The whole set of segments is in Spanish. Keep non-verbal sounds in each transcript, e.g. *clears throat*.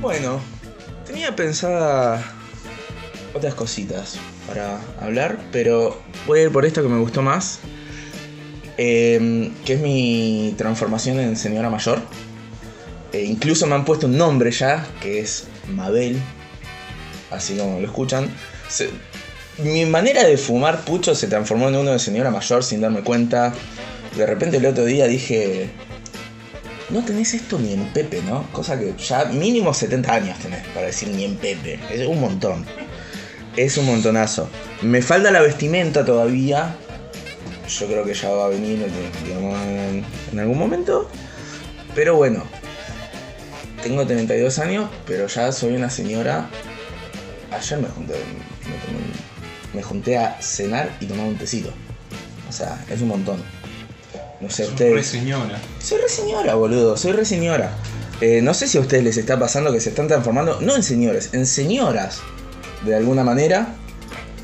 Bueno, tenía pensada otras cositas para hablar, pero voy a ir por esta que me gustó más, eh, que es mi transformación en señora mayor. Eh, incluso me han puesto un nombre ya, que es Mabel, así como lo escuchan. Se- mi manera de fumar pucho se transformó en uno de señora mayor sin darme cuenta. De repente el otro día dije, no tenés esto ni en Pepe, ¿no? Cosa que ya mínimo 70 años tenés para decir ni en Pepe. Es un montón. Es un montonazo. Me falta la vestimenta todavía. Yo creo que ya va a venir digamos, en, en algún momento. Pero bueno. Tengo 32 años, pero ya soy una señora. Ayer me junté, me tomé un- me junté a cenar y tomar un tecito. O sea, es un montón. No sé, Sos ustedes. re señora. Soy re señora, boludo, soy re señora. Eh, no sé si a ustedes les está pasando que se están transformando, no en señores, en señoras. De alguna manera,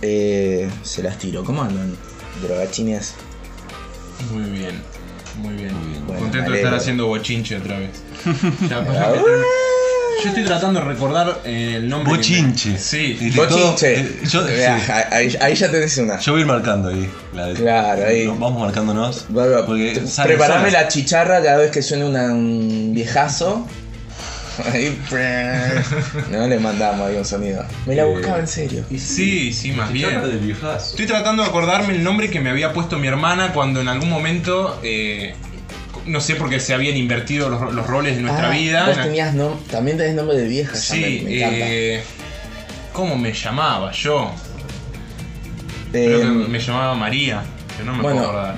eh, se las tiro. ¿Cómo andan? Drogachines. Muy bien. Muy bien. Bueno, Contento me de estar alegro. haciendo bochinche *laughs* otra vez. Ya, para que termine. yo estoy tratando de recordar eh, el nombre. que me- Bochinche. Sí. Y- Bochinche. eh, yo- Eh, sí. ahí, ahí ya tenés una. Yo voy a ir marcando ahí. la de- Claro, ahí. Nos vamos marcándonos. Bárbaro, porque te- sale preparame sola. la chicharra cada vez que suene una- un *laughs* viejazo. Ahí, no le mandamos ahí un sonido. Me la Eh, buscaba en serio. Sí, sí, más Chicharra bien. de viejazo. Estoy tratando de acordarme el nombre que me había puesto mi hermana cuando en algún momento. eh, no sé por qué se habían invertido los, los roles de nuestra Ah, vida. Vos En- tenías nom- también tenés nombre de vieja. ya Sí, me, me encanta. eh, ¿Cómo me llamaba yo? Creo Eh, que me llamaba María. Pero no me bueno, puedo acordar.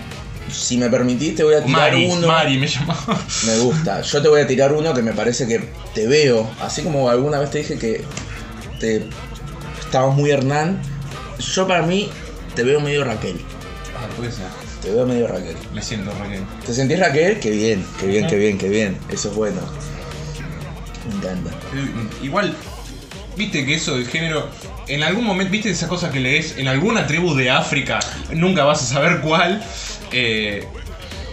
Si me permitís, te voy a tirar Mari, uno. Mari me llamaba. Me gusta. Yo te voy a tirar uno que me parece que te veo. Así como alguna vez te dije que te estabas muy Hernán. Yo para mí te veo medio Raquel. Ah, puede ser. Te veo medio Raquel. Me siento Raquel. ¿Te sentís Raquel? Qué bien, qué bien, qué bien, qué bien. Eso es bueno. Me encanta. Eh, Igual, viste que eso del género. En algún momento, viste esas cosas que lees en alguna tribu de África, nunca vas a saber cuál. eh,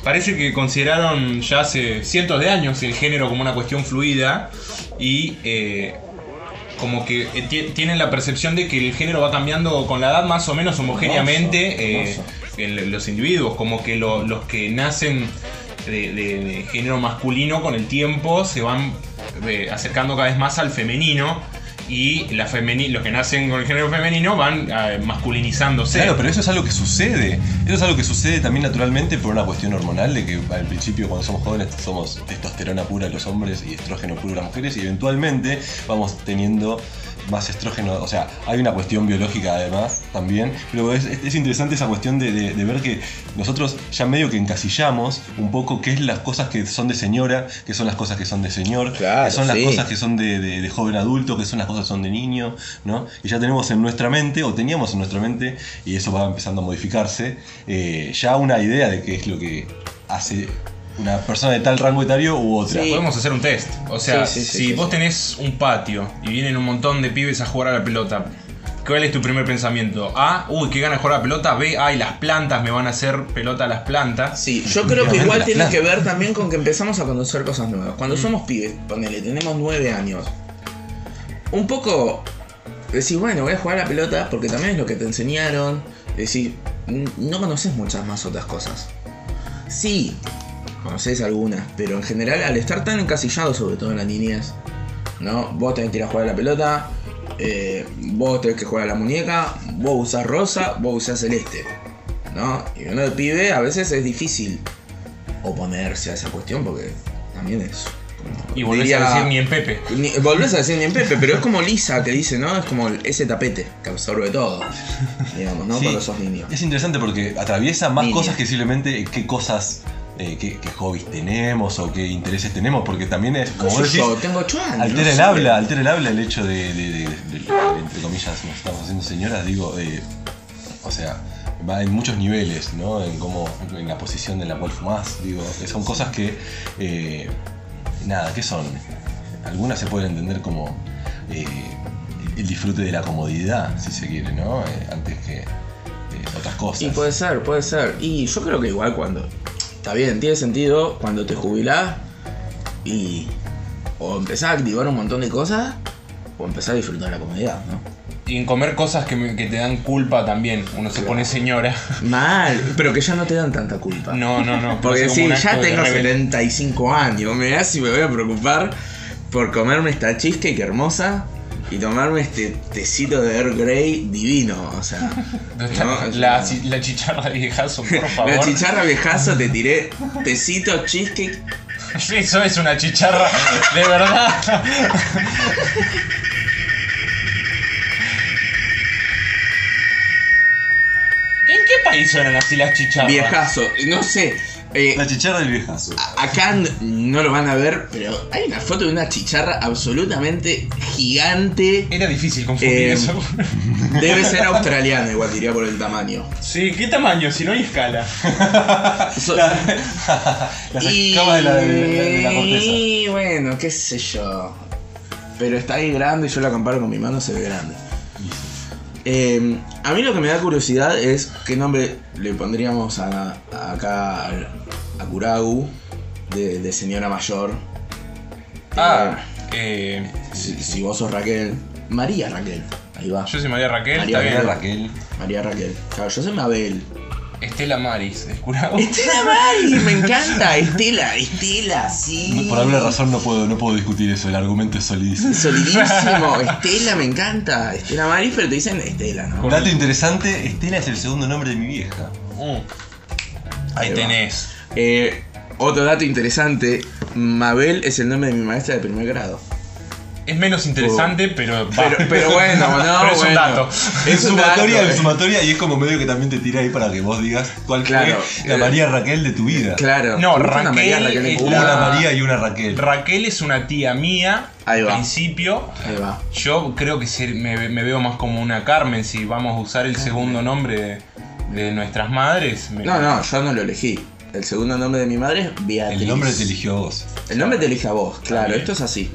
parece que consideraron ya hace cientos de años el género como una cuestión fluida y. eh, como que eh, ti- tienen la percepción de que el género va cambiando con la edad más o menos homogéneamente eh, hermoso. en los individuos, como que lo- los que nacen de, de- de género masculino con el tiempo se van eh, acercando cada vez más al femenino y la femeni- los que nacen con el género femenino van eh, masculinizándose. Claro, pero eso es algo que sucede. Eso es algo que sucede también naturalmente por una cuestión hormonal de que al principio cuando somos jóvenes somos testosterona pura los hombres y estrógeno puro las mujeres y eventualmente vamos teniendo más estrógeno. O sea, hay una cuestión biológica además también, pero es, es- es interesante esa cuestión de, de- de ver que nosotros ya medio que encasillamos un poco qué es las cosas que son de señora, qué son las cosas que son de señor, Claro, qué son las sí. cosas que son de, de- de joven adulto, que son las cosas que son de niño, ¿no? Y ya tenemos en nuestra mente, o teníamos en nuestra mente, y eso va empezando a modificarse, eh, ya una idea de qué es lo que hace una persona de tal rango etario u otra. Sí. Podemos hacer un test. O sea, Sí, sí, sí, si sí, vos sí. tenés un patio y vienen un montón de pibes a jugar a la pelota, ¿cuál es tu primer pensamiento? A, uy, qué gana de jugar a la pelota. B, ay, las plantas me van a hacer pelota a las plantas. Sí, yo creo que Definitivamente igual la Mm. tiene planta. que ver también con que empezamos a conocer cosas nuevas. Cuando somos pibes, ponele, tenemos nueve años. Un poco decís, bueno, voy a jugar a la pelota porque también es lo que te enseñaron. Decís, "Mm, no conoces muchas más otras cosas. Sí, conoces algunas, pero en general, al estar tan encasillado, sobre todo en la niñez, ¿no? Vos tenés que ir a jugar a la pelota, eh, vos tenés que jugar a la muñeca, vos usás rosa, vos usás celeste, ¿no? Y uno de pibe a veces es difícil oponerse a esa cuestión porque también es. como- Y volvés diría- a decir ni en Pepe. ni- volvés a decir ni en Pepe, pero es como Lisa que dice, ¿no? Es como el- ese tapete que absorbe todo, digamos, ¿no? Sí. Cuando sos niño. Es interesante porque atraviesa más Niña. cosas que simplemente qué cosas, eh, qué, qué hobbies tenemos o qué intereses tenemos, porque también es, como ¿Qué vos sé decís, yo? tengo ocho años. Altera no el sé. habla, altera el habla el hecho de, de- de- de- de- entre comillas, nos estamos haciendo señoras, digo, eh, o sea, va en muchos niveles, ¿no? En cómo, en la posición en la cual fumás, digo, que son cosas que, eh, nada, ¿qué son? Algunas se pueden entender como eh, el disfrute de la comodidad, si se quiere, ¿no? Eh, antes que eh, otras cosas. Y puede ser, puede ser. Y yo creo que igual cuando. Está bien, tiene sentido cuando te jubilás y o empezás a activar un montón de cosas, o empezás a disfrutar la comodidad, ¿no? Y en comer cosas que, me- que te dan culpa también. Uno se pone señora. *laughs* Mal, pero que ya no te dan tanta culpa. No, no, no. Porque Parece como sí, un ya acto de tengo rebel- 75 años, me da si me voy a preocupar por comerme esta cheesecake hermosa y tomarme este tecito de Earl Grey divino, o sea. ¿Dónde está ¿no? Es la, una- chi- la chicharra viejazo, por *laughs* favor. La chicharra viejazo te tiré tecito, cheesecake. Eso es una chicharra, de verdad. ¿En qué país eran así las chicharras? Viejazo, no sé. eh, La chicharra del viejazo. acá n- no lo van a ver, pero hay una foto de una chicharra absolutamente gigante. Era difícil confundir Eh, eso. Debe ser australiana, igual diría por el tamaño. Sí, ¿qué tamaño? Si no hay escala. Ah. So- Las escamas de la, de la- de la corteza. Y bueno, qué sé yo. Pero está ahí grande, yo la comparo con mi mano, se ve grande. Eh, a mí lo que me da curiosidad es qué nombre le pondríamos a, a acá al- a Kuragu de, de señora mayor. Ah, eh, Si, si vos sos Raquel. María Raquel. Ahí va. yo soy María Raquel, María está bien. Era Raquel. María Raquel. Claro, yo soy Mabel. Estela Maris, descurado. Estela Mari, *laughs* me encanta. Estela, Estela, sí. Por alguna razón no puedo, no puedo discutir eso, el argumento es solidísimo. Solidísimo, Estela, me encanta. Estela Maris, pero te dicen Estela, ¿no? Dato interesante, Estela es el segundo nombre de mi vieja. Mm. Ahí Ahí va. tenés. Eh, otro dato interesante, Mabel es el nombre de mi maestra de primer grado. Es menos interesante, pero, va. Pero, pero *laughs* bueno, no, Pero es un bueno. dato. Es un dato. sumatoria, en eh. sumatoria, y es como medio que también te tira ahí para que vos digas cuál Claro, fue la eh, María Raquel de tu vida. Claro. No, ¿Te gusta una Raquel María Raquel en es Hubo Cuba? una la- María y una Raquel. Raquel es una tía mía. Ahí va. Al principio. Ahí va. Yo creo que ser- me, me veo más como una Carmen si vamos a usar el segundo nombre de, de nuestras madres. Me- No, no, yo no lo elegí. El segundo nombre de mi madre es Beatriz. El nombre te eligió a vos. El nombre te elige a vos, claro, bien. esto es así.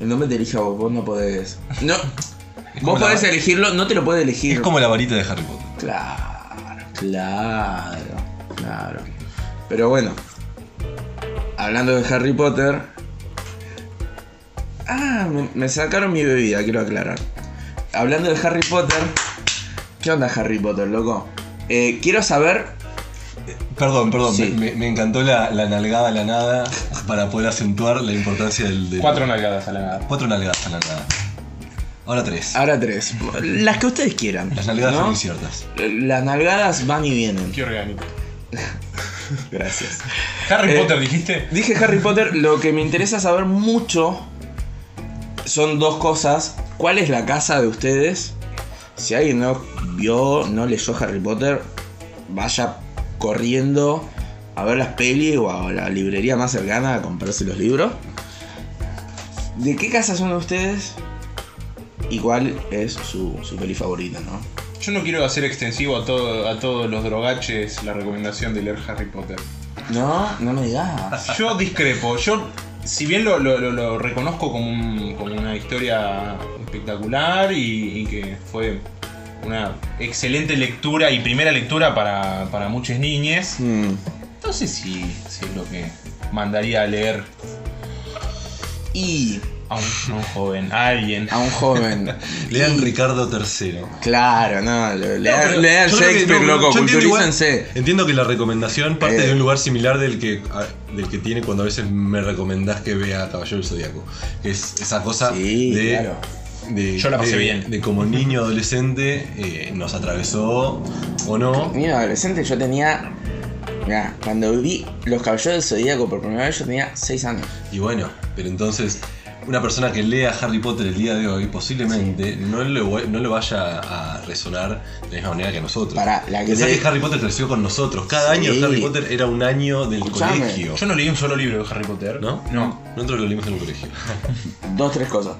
El nombre te elige a vos, vos no podés. No. como Vos la- podés elegirlo, no te lo puede elegir. Es como la varita de Harry Potter. Claro, claro, claro. Pero bueno, hablando de Harry Potter. Ah, me, me sacaron mi bebida, quiero aclarar. Hablando de Harry Potter. ¿Qué onda Harry Potter, loco? Eh, quiero saber. Perdón, perdón, Sí. me, me- me encantó la, la nalgada a la nada para poder acentuar la importancia del. del- Cuatro nalgadas a la nada. cuatro nalgadas a la nada. Ahora tres. Ahora tres. Las que ustedes quieran. Las nalgadas Ah, ¿no? Eh, son inciertas. Las nalgadas van y vienen. Qué orgánico. Gracias. Harry Eh, Potter, dijiste. Dije Harry Potter, lo que me interesa saber mucho son dos cosas. ¿Cuál es la casa de ustedes? Si alguien no vio, no leyó Harry Potter, vaya corriendo a ver las pelis o a la librería más cercana a comprarse los libros. ¿De qué casa son ustedes? ¿Y cuál es su, su peli favorita, no? Yo no quiero hacer extensivo a, todo, a todos los drogaches la recomendación de leer Harry Potter. No, no me digas. Yo discrepo. Yo, si bien lo, lo- lo- lo reconozco como, un- como una historia espectacular y, y que fue una excelente lectura y primera lectura para, para muchas niñas, Hmm. no sé si, si es lo que mandaría a leer Y a un, a un joven, a alguien. a un *laughs* joven. Lean Y- Ricardo III. Claro, no, le- lean, pero Ah, lean yo creo que Shakespeare, no, loco, yo entiendo igual- culturícense. Entiendo que la recomendación parte Eh. de un lugar similar del que, a- del que tiene cuando a veces me recomendás que vea Caballero del Zodíaco. Que es esa cosa Sí, Ah, de. claro. de- Yo la pasé de- bien. De como niño adolescente eh, nos atravesó o no. Niño adolescente, yo tenía. Mirá, cuando vi Los Caballeros del Zodíaco por primera vez, yo tenía 6 años. Y bueno, pero entonces una persona que lea Harry Potter el día de hoy posiblemente no, le, voy- no le vaya a resonar de la misma manera que a nosotros. Pará, la que Pensá lee- que Harry Potter creció con nosotros. Cada Sí. año Harry Potter era un año del Escuchame. colegio. Yo no leí un solo libro de Harry Potter. ¿No? No. Nosotros lo leímos en el colegio. Dos, tres cosas.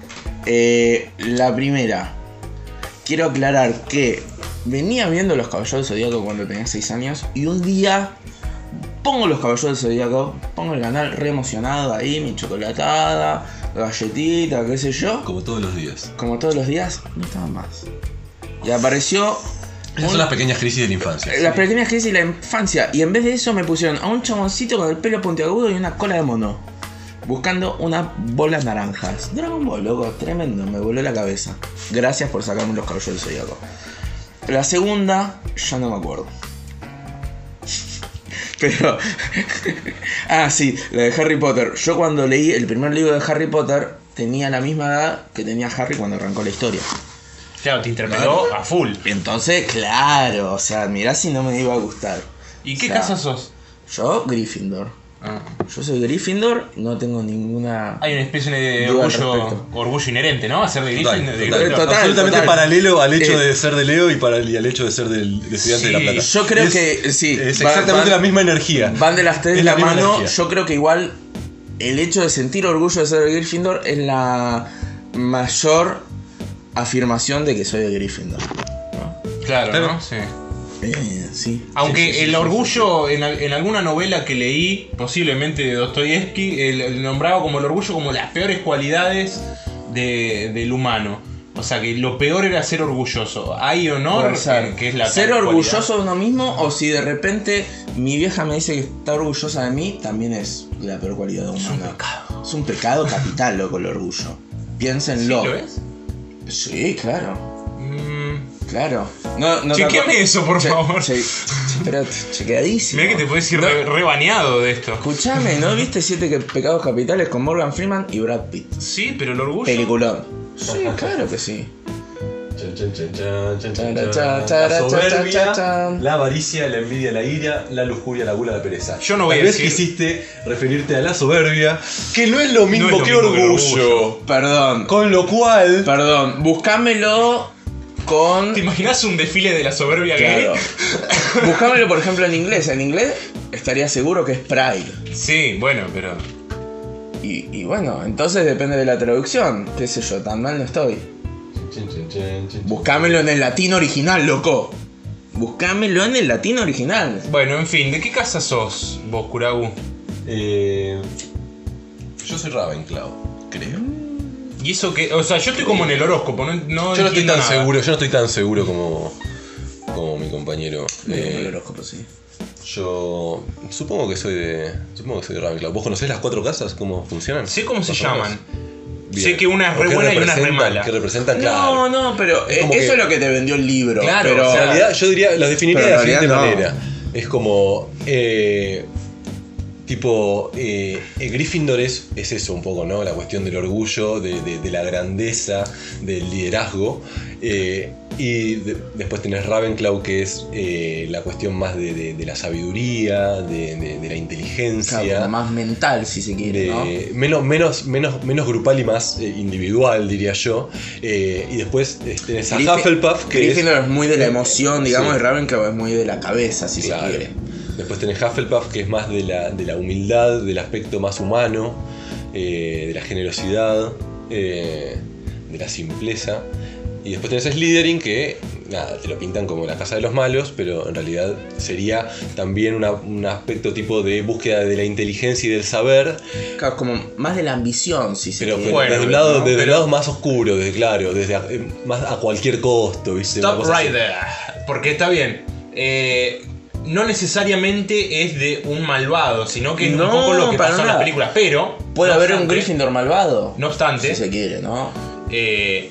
Eh, la primera, quiero aclarar que venía viendo Los Caballeros del Zodíaco cuando tenía 6 años y un día pongo Los Caballeros del Zodíaco, pongo el canal re emocionado ahí, mi chocolatada, galletita, qué sé yo. Como todos los días. como todos los días, no estaban más. Y apareció Esas son las pequeñas crisis de la infancia. las pequeñas crisis de la infancia. Y en vez de eso me pusieron a un chaboncito con el pelo puntiagudo y una cola de mono. buscando unas bolas naranjas. Dragon Ball, loco, tremendo, me voló la cabeza. Gracias por sacarme los caballos del zodiaco. La segunda, ya no me acuerdo. *laughs* Pero. *laughs* ah, sí, la de Harry Potter. Yo cuando leí el primer libro de Harry Potter tenía la misma edad que tenía Harry cuando arrancó la historia. Claro, te interpeló a full. Entonces, claro, o sea, mirá si no me iba a gustar. ¿Y qué O sea, ah. casa sos? Yo, Gryffindor. Yo soy Gryffindor, no tengo ninguna. Hay una especie de Duda al orgullo, respecto. orgullo inherente, ¿no? Hacer de Total, Gryffindor- de total, Gryffindor. total, absolutamente total. paralelo al hecho Eh, de ser de Leo y, para, y al hecho de ser del, de estudiante de La Sí, Plata. Yo creo Es- que sí. Es va- exactamente van- la misma energía. Van de las tres de Es la, misma mano. energía. Yo creo que igual el hecho de sentir orgullo de ser de Gryffindor es la mayor afirmación de que soy de Gryffindor. Claro, Claro. ¿no? Sí. Eh, sí. Sí, Aunque sí, sí, el sí, orgullo, en, al- en alguna novela que leí, posiblemente de Dostoyevsky, el, el nombraba como el orgullo como las peores cualidades de- del humano. O sea que lo peor era ser orgulloso. Hay honor, Puede ser. eh, que es la ser tal orgulloso cualidad. de uno mismo o si de repente mi vieja me dice que está orgullosa de mí, también es la peor cualidad humana. un pecado. Es un pecado capital, loco, el orgullo. ¿Sí Piénsenlo. lo es? Sí, claro. Mm, Claro. No, no te acu- Chequeame eso, por Che- favor. che- pero chequeadísimo. Mirá que te puedes ir No, re- rebaneado de esto. Escuchame, ¿no viste Siete que- Pecados Capitales con Morgan Freeman y Brad Pitt? Sí, pero el orgullo. Peliculón. Sí, claro que sí. Chan, chan, chan, chan, chan, Cha, cha, chan, chan. cha, cha, La cha, soberbia, cha. la avaricia, la envidia, la ira, la lujuria, la gula, la pereza. Yo no voy Tal a vez decir- quisiste referirte a la soberbia, que no es lo mismo, No es lo que, mismo que el orgullo. orgullo. Perdón, Con lo cual, perdón. Buscámelo con. ¿Te imaginas un desfile de la soberbia Claro. *laughs* gay? Buscámelo, por ejemplo, en inglés. En inglés estaría seguro que es Pride. Sí, bueno, pero. Y, y bueno, entonces depende de la traducción. Qué sé yo, tan mal no estoy. Buscámelo en el latino original, loco. Buscámelo en el latino original. Bueno, en fin, ¿de qué casa sos vos, Kurabu? eh, yo soy Ravenclaw, creo. Y eso que. O sea, yo estoy como en el horóscopo, no, no Yo no estoy entiendo tan nada. seguro, yo no estoy tan seguro como, como mi compañero. El Eh, horóscopo, sí. yo supongo que soy de. Supongo que soy de Ravenclaw. ¿Vos conocés las cuatro casas? ¿Cómo funcionan? Sé cómo se Más o menos. llaman. Bien. Sé que una es ¿O re qué buena y una es re representan? mala. ¿Qué representan? Ah, Claro. No, no, pero eh, como eso que- es lo que te vendió el libro. Claro, pero o En sea, realidad, yo diría, las definiría de Pero la en siguiente realidad manera. Es como. eh, tipo. eh, el Gryffindor es, es eso un poco, ¿no? La cuestión del orgullo, de, de- de la grandeza, del liderazgo. eh, y de- después tenés Ravenclaw, que es eh, la cuestión más de, de- de la sabiduría, de, de- de la inteligencia. claro, como más mental, si se quiere, ¿no? de- menos, menos, menos, menos grupal y más eh, individual, diría yo. Eh, y después eh, tenés a Griffin- Hufflepuff, que es- Gryffindor es, muy de la emoción, digamos, Sí. y Ravenclaw es muy de la cabeza, si Claro. se quiere. Después tenés Hufflepuff, que es más de la, de la humildad, del aspecto más humano, eh, de la generosidad, eh, de la simpleza. Y después tenés Slytherin, que nada, te lo pintan como la casa de los malos, pero en realidad sería también una- un aspecto tipo de búsqueda de la inteligencia y del saber, Claro, como más de la ambición, si se pero, quiere. pero Bueno, desde un lado, ¿no? desde Pero- el lado más oscuro, desde claro, desde a, eh, más a cualquier costo, ¿viste? Una Top cosa así. Rider. Porque está bien. eh, no necesariamente es de un malvado, sino que es un No, poco lo que para pasa en las nada. películas. Pero. Puede no haber un obstante- Gryffindor malvado. No obstante, Si se quiere, ¿no? eh,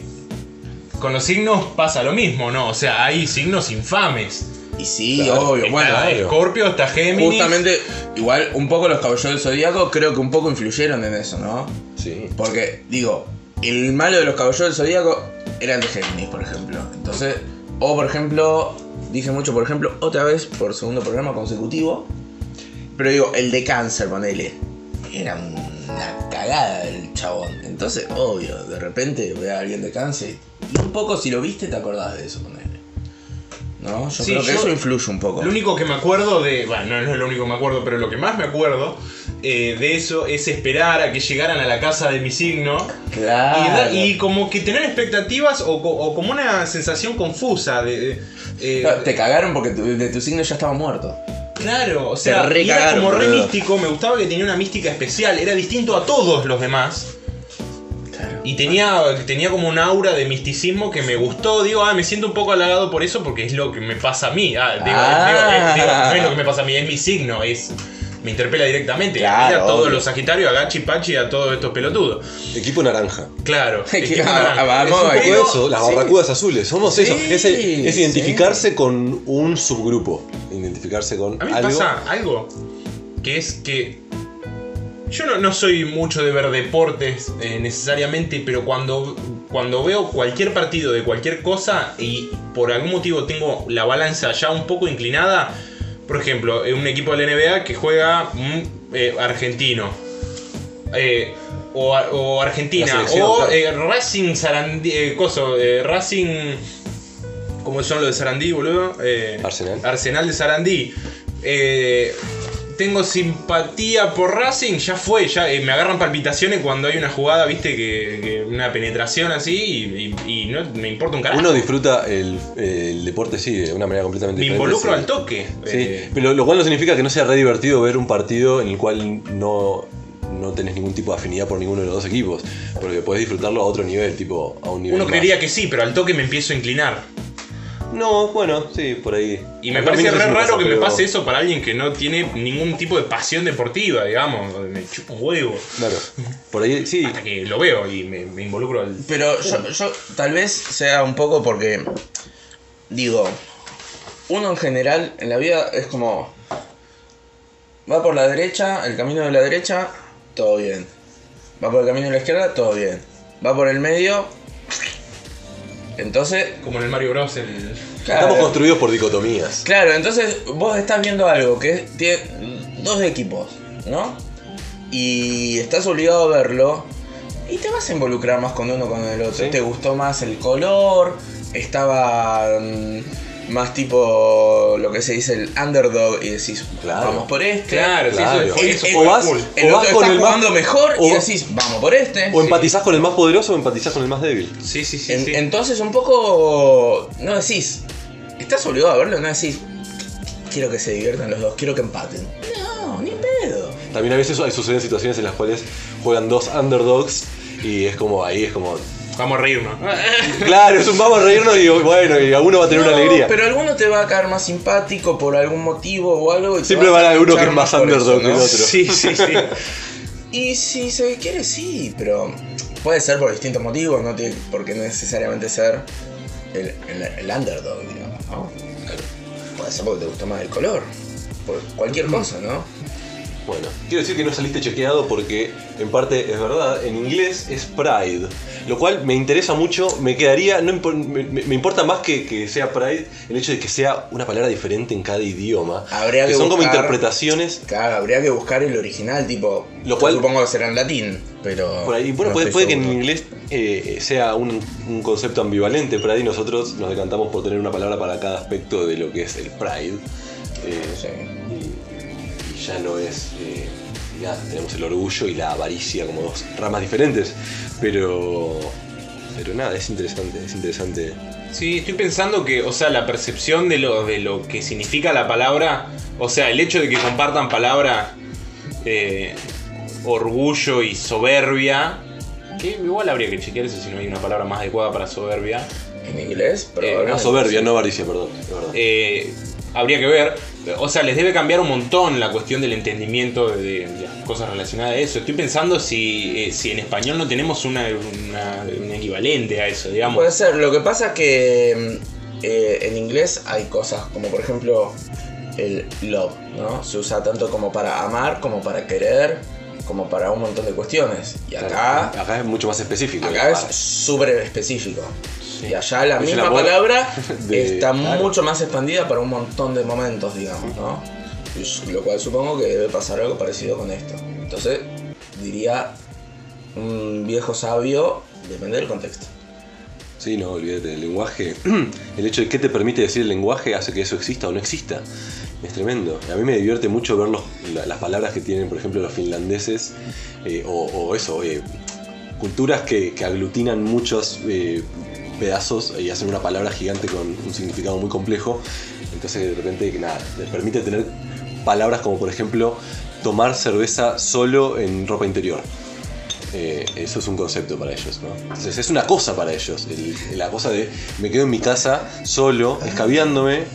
con los signos pasa lo mismo, ¿no? O sea, hay signos infames. Y sí, Claro, obvio. Está Bueno, obvio. Scorpio, está Géminis. justamente, igual, un poco los caballeros del Zodíaco creo que un poco influyeron en eso, ¿no? Sí. Porque, digo, el malo de los caballeros del Zodíaco era el de Géminis, por ejemplo. Entonces, o por ejemplo, dije mucho, por ejemplo, otra vez por segundo programa consecutivo. Pero digo, el de Cáncer, ponele. Era una cagada el chabón. Entonces, obvio, de repente ve a alguien de Cáncer. Y un poco, si lo viste, te acordás de eso, ponele. ¿No? Yo Sí, creo que yo- eso influye un poco. Lo único que me acuerdo de. Bueno, no, no es lo único que me acuerdo, pero lo que más me acuerdo eh, de eso es esperar a que llegaran a la casa de mi signo. Y, da- Claro. y como que tener expectativas o, co- o como una sensación confusa de. de- eh, Claro, Te cagaron porque tu- de tu signo ya estaba muerto. Claro, o sea, re y era cagaron, como re boludo. místico, me gustaba que tenía una mística especial, era distinto a todos los demás. Claro. Y tenía, tenía como un aura de misticismo que me gustó. Digo, ah, me siento un poco halagado por eso porque es lo que me pasa a mí. Ah, digo, Ah. digo, es- digo, no es lo que me pasa a mí, es mi signo, es me interpela directamente. Claro, a mí, a todos obvio. los Sagitarios, a Gachi Pachi, a todos estos pelotudos. Equipo naranja. *laughs* Claro. Que- equipo ah, naranja. vamos, Pero- hay que- Todo eso, las sí. barracudas azules, somos Sí, eso. Es, el- es sí. identificarse con un subgrupo. Identificarse con A mí me algo. pasa algo que es que yo no, no soy mucho de ver deportes eh, necesariamente, pero cuando, cuando veo cualquier partido de cualquier cosa y por algún motivo tengo la balanza ya un poco inclinada, por ejemplo, eh, un equipo de la NBA que juega mm, eh, argentino. eh, o, a- o La Argentina, selección, o claro. eh, Racing Sarandí, eh, coso, eh, Racing ¿Cómo son los de Sarandí, boludo? Eh, Arsenal. Arsenal de Sarandí. Eh, tengo simpatía por Racing, ya fue, ya eh, me agarran palpitaciones cuando hay una jugada, viste, que, que una penetración así y, y- y no me importa un carajo. Uno disfruta el, el deporte, sí, de una manera completamente me diferente. involucro sí. al toque. Sí, Eh, pero lo cual no significa que no sea re divertido ver un partido en el cual no, no tenés ningún tipo de afinidad por ninguno de los dos equipos. Porque podés disfrutarlo a otro nivel, tipo a un nivel. uno más. creería que sí, pero al toque me empiezo a inclinar. No, bueno, sí, por ahí. Y me A mí parece no sé re si raro pasa, que pero- me pase eso para alguien que no tiene ningún tipo de pasión deportiva, digamos. Me chupo un huevo. Claro, por ahí sí. Hasta que lo veo y me, me involucro al. Pero yo, yo tal vez sea un poco porque, digo, uno en general en la vida es como, va por la derecha, el camino de la derecha, todo bien. Va por el camino de la izquierda, todo bien. Va por el medio, entonces... Como en el Mario Bros. el- claro, Estamos construidos por dicotomías. Claro, entonces vos estás viendo algo que tiene dos equipos, ¿no? Y estás obligado a verlo y te vas a involucrar más con uno que con el otro. Sí. Te gustó más el color, estaba mm, más tipo lo que se dice el underdog y decís, Claro. vamos por este. Claro, Claro. sí, eso, eso Eh, fue eh, vas- cool. El otro O vas con está el más- jugando mejor y o- decís, vamos por este. O empatizás con el más poderoso o empatizás con el más débil. Sí, sí, sí. En- sí. Entonces un poco no decís, estás obligado a verlo, no decís, quiero que se diviertan los dos, quiero que empaten. No, ni pedo. También a veces hay- suceden situaciones en las cuales juegan dos underdogs y es como ahí, es como. Vamos a reírnos. Claro, es un vamos a reírnos y bueno, y alguno va a tener No, una alegría. Pero alguno te va a caer más simpático por algún motivo o algo. y te Siempre vas va a haber uno escuchar que es más por underdog que el ¿no? otro. *laughs* Sí, sí, sí. Y si se quiere, sí, pero puede ser por distintos motivos, no tiene por qué necesariamente ser el, el- el underdog, digamos, ¿no? Puede ser porque te gustó más el color, por cualquier Mm. cosa, ¿no? Bueno, quiero decir que no saliste chequeado porque en parte es verdad, en inglés es Pride, lo cual me interesa mucho, me quedaría, no impo- me, me- me importa más que, que sea Pride el hecho de que sea una palabra diferente en cada idioma, Habría que son como buscar- interpretaciones, Claro, habría que buscar el original, tipo. Lo cual- Supongo que será en latín, pero. por ahí, bueno, no puede, estoy puede que en seguro. inglés eh, sea un, un concepto ambivalente Pride y nosotros nos decantamos por tener una palabra para cada aspecto de lo que es el Pride, eh, Sí. y, y ya no es. eh, nada, tenemos el orgullo y la avaricia como dos ramas diferentes. Pero. Pero nada, es interesante, es interesante. Sí, estoy pensando que, o sea, la percepción de lo, de lo que significa la palabra, o sea, el hecho de que compartan palabra eh, orgullo y soberbia, que igual habría que chequear eso si no hay una palabra más adecuada para soberbia. En inglés, pero. Eh, Ah, soberbia, no avaricia, perdón. es verdad. eh, habría que ver. O sea, les debe cambiar un montón la cuestión del entendimiento de, de- de las cosas relacionadas a eso. Estoy pensando si, eh, si en español no tenemos una, una- un equivalente a eso, digamos. Puede ser, lo que pasa es que. mm, eh, en inglés hay cosas como, por ejemplo, el love, ¿no? Se usa tanto como para amar, como para querer, como para un montón de cuestiones. Y acá. Acá es mucho más específico. Acá es Ah, súper específico. Sí. Y allá la Es el misma amor palabra de- está claro. mucho más expandida para un montón de momentos, digamos, ¿no? Y s- Lo cual supongo que debe pasar algo parecido con esto. Entonces, diría un viejo sabio, depende del contexto. Sí, no, olvídate, el lenguaje. *clears throat* El hecho de qué te permite decir el lenguaje hace que eso exista o no exista. Es tremendo. A mí me divierte mucho ver los- la- las palabras que tienen, por ejemplo, los finlandeses eh, o, o eso, eh, culturas que, que aglutinan muchos eh, pedazos y hacen una palabra gigante con un significado muy complejo. Entonces, de repente, que nada, les permite tener palabras como, por ejemplo, tomar cerveza solo en ropa interior. Eh, eso es un concepto para ellos, ¿no? Entonces es una cosa para ellos. el- la cosa de me quedo en mi casa solo, escabeándome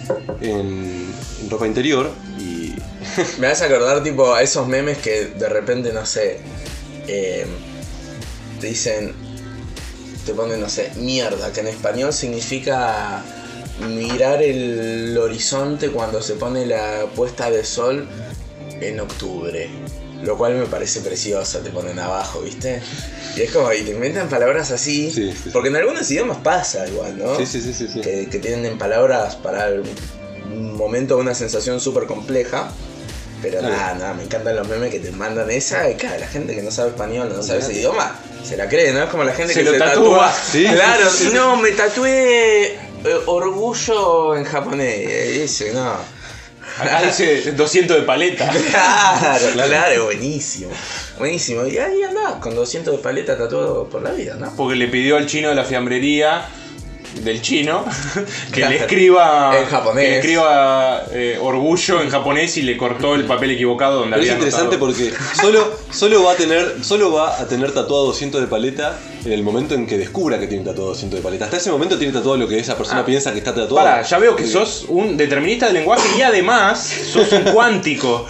en, en ropa interior y *laughs* Me vas a acordar tipo a esos memes que de repente, no sé, eh, te dicen, te ponen, no sé, mierda, que en español significa mirar el horizonte cuando se pone la puesta de sol en octubre. Lo cual me parece precioso, te ponen abajo, ¿viste? Y es como, y te inventan palabras así, Sí, sí, sí. porque en algunos idiomas pasa igual, Ah. ¿no? Sí, sí, sí, sí. sí. que, que tienen palabras para el- un momento una sensación súper compleja. Pero Claro. nada, nada, me encantan los memes que te mandan esa. Y claro, la gente que no sabe español, no sabe ese idioma, se la cree, ¿no? Es como la gente Se que lo se tatúa, tatúa. sí. Claro, no, me tatué eh, orgullo en japonés. eh, Ese, *laughs* no. Acá dice 200 de paleta. Claro, claro, buenísimo. Buenísimo. Y ahí andás, con 200 de paleta tatuado por la vida, ¿no? Porque le pidió al chino de la fiambrería del *laughs* chino que Claro. le escriba En japonés. que le escriba eh, orgullo en japonés y le cortó el papel equivocado donde Pero es había interesante anotado. porque solo, solo, va a tener, solo va a tener tatuado 200 de paleta en el momento en que descubra que tiene tatuado 200 de paleta. Hasta ese momento tiene tatuado lo que esa persona Ah. piensa que está tatuado. Para, ya veo que sos un determinista del lenguaje y además sos un cuántico.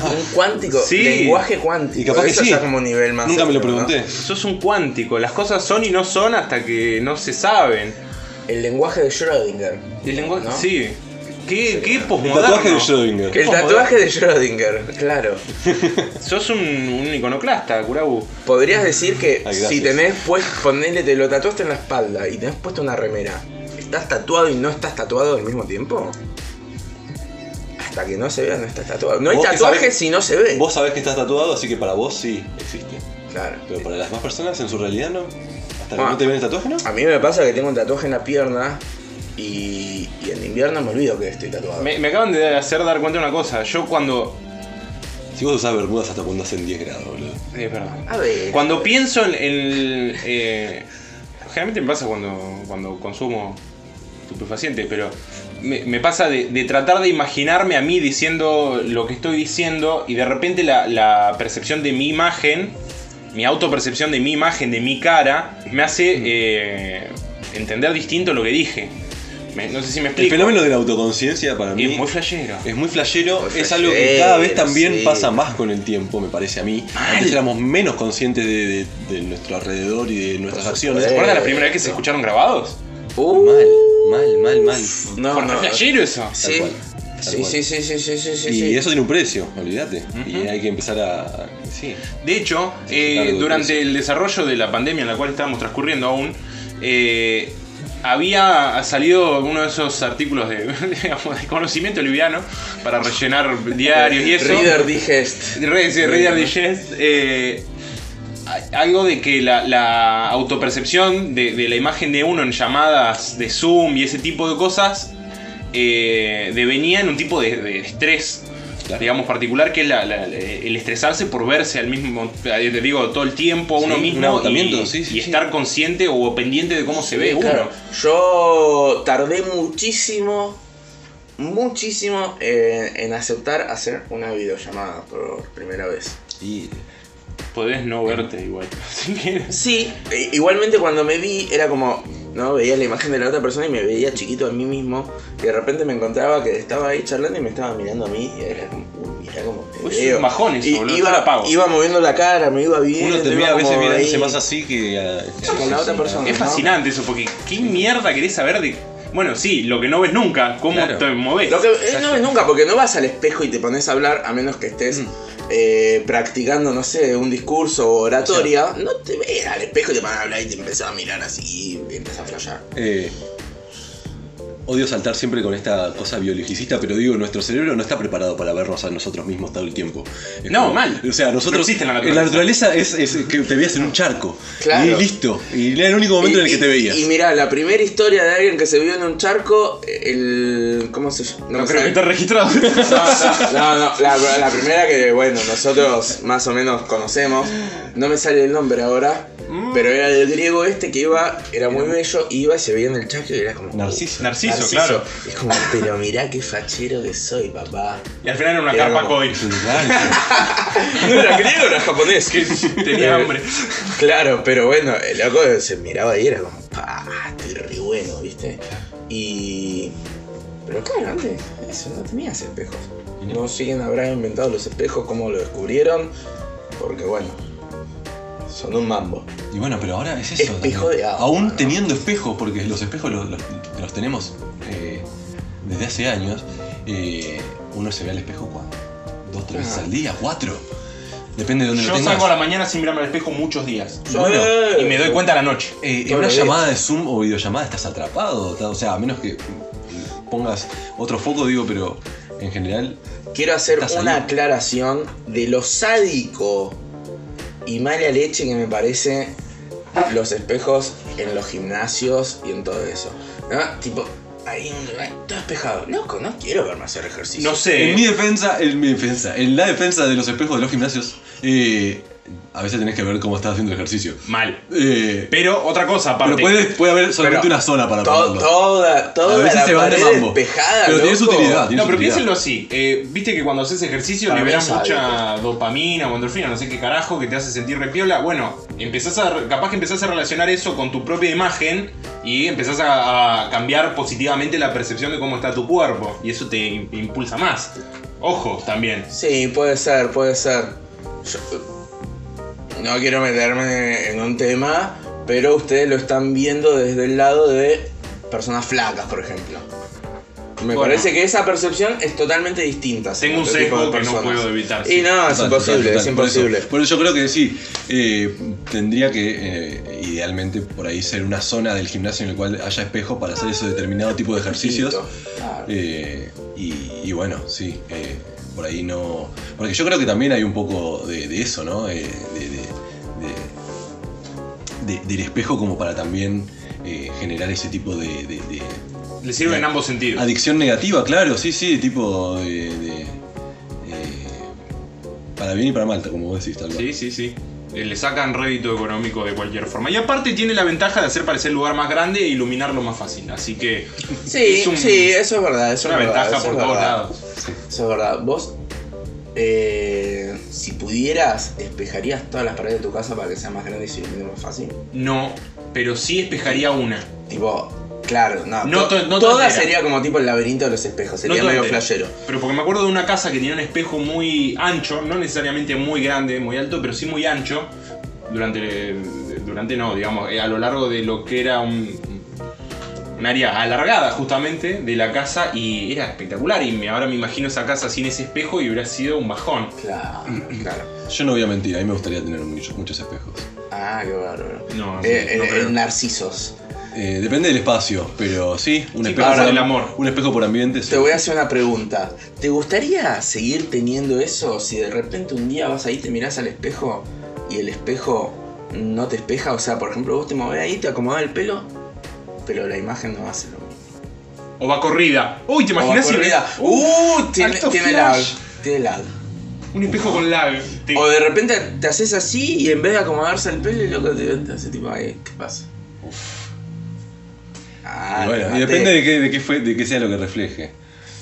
Un cuántico, Sí. lenguaje cuántico. Ah. Y capaz que Eso sí. ya como un nivel más. Nunca me lo alto, ¿no? pregunté. Sos un cuántico. Las cosas son y no son hasta que no se saben. El lenguaje de Schrödinger. El lenguaje. ¿No? Sí. ¿Qué, qué El posmoderno? tatuaje de Schrödinger. ¿Qué? El ¿eh? tatuaje de Schrödinger, claro. Sos un, un iconoclasta, Kurabu. Podrías decir que Ay, gracias. si tenés pues ponele, te lo tatuaste en la espalda y tenés puesto una remera, ¿estás tatuado y no estás tatuado al mismo tiempo? Hasta que no se vea, no estás tatuado. No hay Vos que tatuaje sabés- si no se ve. Vos sabés que estás tatuado, así que para vos sí existe. Claro. Pero para las demás personas, en su realidad no. Hasta que Ah. no te ven el tatuaje, ¿no? A mí me pasa que tengo un tatuaje en la pierna y, y en invierno me olvido que estoy tatuado. Me, me acaban de hacer dar cuenta de una cosa. Yo cuando. Si vos usás bermudas hasta cuando hacen 10 grados, boludo. eh, perdón. A ver. Cuando pienso en el. eh, generalmente me pasa cuando, cuando consumo estupefacientes, pero me, me pasa de, de tratar de imaginarme a mí diciendo lo que estoy diciendo y de repente la, la percepción de mi imagen, mi autopercepción de mi imagen, de mi cara, me hace eh, entender distinto lo que dije. Me- no sé si me El explico. fenómeno de la autoconciencia para mí es muy flashero. Es muy flashero, Muy es algo que flashero, cada vez también sí. pasa más con el tiempo, me parece a mí. Antes éramos menos conscientes de, de- de nuestro alrededor y de nuestras Por acciones. ¿Se acuerdan Eh, la primera vez que se escucharon grabados? Uh, Mal, mal, mal, mal. No, Porque no. es flashero eso. Sí. cual, tal Sí, cual. sí, sí, sí, sí, sí, sí, y sí. eso tiene un precio, olvídate. Y Ujú. hay que empezar a. a- Sí. De hecho, eh, claro, lo que durante el desarrollo de la pandemia en la cual estábamos transcurriendo aún, eh, había salido uno de esos artículos de, *laughs* digamos, de conocimiento liviano para rellenar diarios y eso. Reader Digest. Re- sí, Reader Digest, eh, a- algo de que la, la autopercepción de, de la imagen de uno en llamadas de Zoom y ese tipo de cosas eh, devenía en un tipo de, de estrés. Claro. Digamos, particular que es la- la- el estresarse por verse al mismo, eh, te digo, todo el tiempo a uno Sí, un mismo agotamiento, y, sí, sí, y sí. estar consciente o pendiente de cómo se ve Sí, uno. claro. Yo tardé muchísimo, muchísimo eh, en aceptar hacer una videollamada por primera vez. Y Podés no verte igual. *laughs* Así que- Sí, i- E, igualmente cuando me vi era como, no, veía la imagen de la otra persona y me veía chiquito a mí mismo y de repente me encontraba que estaba ahí charlando y me estaba mirando a mí y era como, "Uy, mirá cómo te Uy, es un veo". bajón eso, Y boludo, yo iba, la apago. iba moviendo la cara, me iba bien. uno termina a veces mirándose más así. así que. a- Con la otra persona. Es ¿no? fascinante eso, porque ¿qué mierda querés saber de.? Bueno, sí, lo que no ves nunca, cómo Claro. te moves. Lo que eh, no ves nunca, porque no vas al espejo y te pones a hablar a menos que estés Mm. eh, practicando, no sé, un discurso o oratoria. no te ves al espejo y te pones a hablar y te empezás a mirar así y empezás a flashear. Eh, odio saltar siempre con esta cosa biologicista, pero digo, nuestro cerebro no está preparado para vernos a nosotros mismos todo el tiempo. Es No, mal. O sea, No nosotros. existe en la en la naturaleza es, es que te veías en un charco. Claro. Y listo. Y era el único momento en el que te veías. Y, mira, la primera historia de alguien que se vio en un charco, el. ¿Cómo se llama? No me creo sale. que esté *laughs* registrado. No, no, la, la primera que, bueno, nosotros más o menos conocemos. No me sale el nombre ahora. Pero era del griego este que iba, era muy bello, iba y se veía en el charco y era como. "Uh, Narciso. Narciso, claro. Es como, pero mirá qué fachero que soy, papá. Y al final era una Era carpa como- coil. *laughs* No era griego, era *laughs* japonés. Que tenía hambre. Claro, pero bueno, el loco se miraba y era como, pa, estoy re bueno, ¿viste? Y. Pero claro, antes, eso, no tenías espejos. No sé quién habrá inventado los espejos, cómo lo descubrieron, porque bueno, son un mambo. Y bueno, pero ahora es eso. Espejo también. de agua, Aún ¿no? teniendo espejos, porque los espejos los, los- los tenemos eh, desde hace años, eh, uno se ve al espejo cuando dos, tres veces Ah. al día, cuatro. Depende de dónde Yo lo tengas. salgo a la mañana sin mirarme al espejo muchos días. Bueno, Y me doy cuenta a la noche. Eh, en Todos una los días. llamada de Zoom o videollamada estás atrapado. ta- O sea, a menos que pongas otro foco, digo, pero en general. Quiero hacer Estás una ahí. aclaración de lo sádico y mala leche que me parece los espejos en los gimnasios y en todo eso. ¿No? Tipo, ahí un lugar todo espejado. Loco, no quiero verme hacer ejercicio. No sé. En mi defensa, en mi defensa, en la defensa de los espejos de los gimnasios, eh, a veces tenés que ver cómo estás haciendo el ejercicio. Mal. Eh, Pero otra cosa aparte. pero puede, puede haber solamente Pero una zona para To- ponerlo. toda toda A veces la se van de pared mambo. despejada, Pero tiene su loco. utilidad, tiene No, pero utilidad. piénsenlo así. eh, Viste que cuando haces ejercicio Para mí liberas es algo. mucha dopamina o endorfina, no sé qué carajo, que te hace sentir repiola. Bueno, empezás a, capaz que empezás a relacionar eso con tu propia imagen y empezás a, a cambiar positivamente la percepción de cómo está tu cuerpo. Y eso te im- impulsa más. Ojo, también. Sí, puede ser, puede ser. Yo- no quiero meterme en un tema, pero ustedes lo están viendo desde el lado de personas flacas, por ejemplo. Me Bueno. parece que esa percepción es totalmente distinta. Tengo según un este tipo sesgo de que no personas. puedo evitar. Y sí. no, es Total, imposible, total, es total, por eso. imposible. Por eso, creo que sí, eh, tendría que eh, idealmente por ahí ser una zona del gimnasio en el cual haya espejo para hacer ese determinado tipo de ejercicios. Claro. Eh, y, y bueno, sí, eh, por ahí no. Porque yo creo que también hay un poco de, de eso, ¿no? Eh, de, de- de- de- del espejo como para también eh, generar ese tipo de, de- de Le sirve en ambos sentidos. adicción negativa, claro, sí, sí, tipo de. de, eh, para bien y para mal, como vos decís, tal cual. Sí, sí, sí. Eh, Le sacan rédito económico de cualquier forma. Y aparte tiene la ventaja de hacer parecer el lugar más grande e iluminarlo más fácil. Así que Sí, es un- sí, eso es verdad. es Eso una es verdad, ventaja eso por es todos verdad. lados. Eso es verdad. Vos, eh, si pudieras, espejarías todas las paredes de tu casa para que sea más grande y se ilumine más fácil. No, pero sí espejaría una. Tipo, claro, no. No to- to- no toda tontera. sería como tipo el laberinto de los espejos, sería No medio tontera. flashero. Pero porque me acuerdo de una casa que tenía un espejo muy ancho, no necesariamente muy grande, muy alto, pero sí muy ancho. Durante, durante no, digamos, eh, a lo largo de lo que era un, un área alargada justamente de la casa y era espectacular. Y me, ahora me imagino esa casa sin ese espejo y hubiera sido un bajón. Claro, Mm, claro. Yo no voy a mentir, a mí me gustaría tener muchos, muchos espejos. Ah, qué bárbaro. No, Eh, sí, no eh, creo. eh, narcisos. Eh, depende del espacio, pero sí, un Sí, espejo para por el amor. Un espejo por ambiente. sí. Te voy a hacer una pregunta. ¿Te gustaría seguir teniendo eso si de repente un día vas ahí, te mirás al espejo y el espejo no te espeja? O sea, por ejemplo, vos te movés ahí, te acomodás el pelo, pero la imagen no va a ser lo mismo. O va corrida. Uy, ¿te O va imaginas si corrida. Uh, ¡Uh! Tiene, alto tiene lag. flash. Tiene lag. un espejo con lag? Te- O de repente te haces así y en vez de acomodarse el pelo, loco, te, te hace tipo, ay, ¿qué pasa? Ah, Y te bueno, y maté. depende de qué, de qué fue, de qué sea lo que refleje.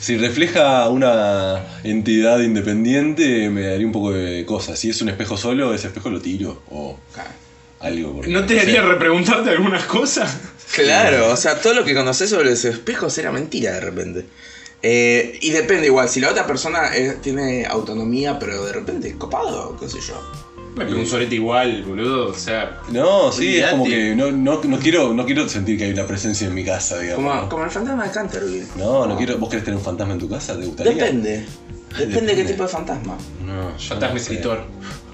Si refleja una entidad independiente, me daría un poco de cosas. Si es un espejo solo, ese espejo lo tiro o Ah, algo. porque ¿No te sé. haría repreguntarte algunas cosas? Claro, o sea, todo lo que conocés sobre los espejos era mentira de repente. Eh, y depende igual, si la otra persona eh, tiene autonomía, pero de repente es copado, qué sé yo. Me pegó un sorete igual, boludo. O sea, No, sí, es como Olvídate. que no, no, no quiero, no quiero sentir que hay una presencia en mi casa, digamos. Como, como el fantasma de Canterville. No, no quiero. ¿Vos querés tener un fantasma en tu casa? ¿Te gustaría? Depende. Depende de qué Depende. tipo de fantasma. No, yo fantasma no sé. escritor.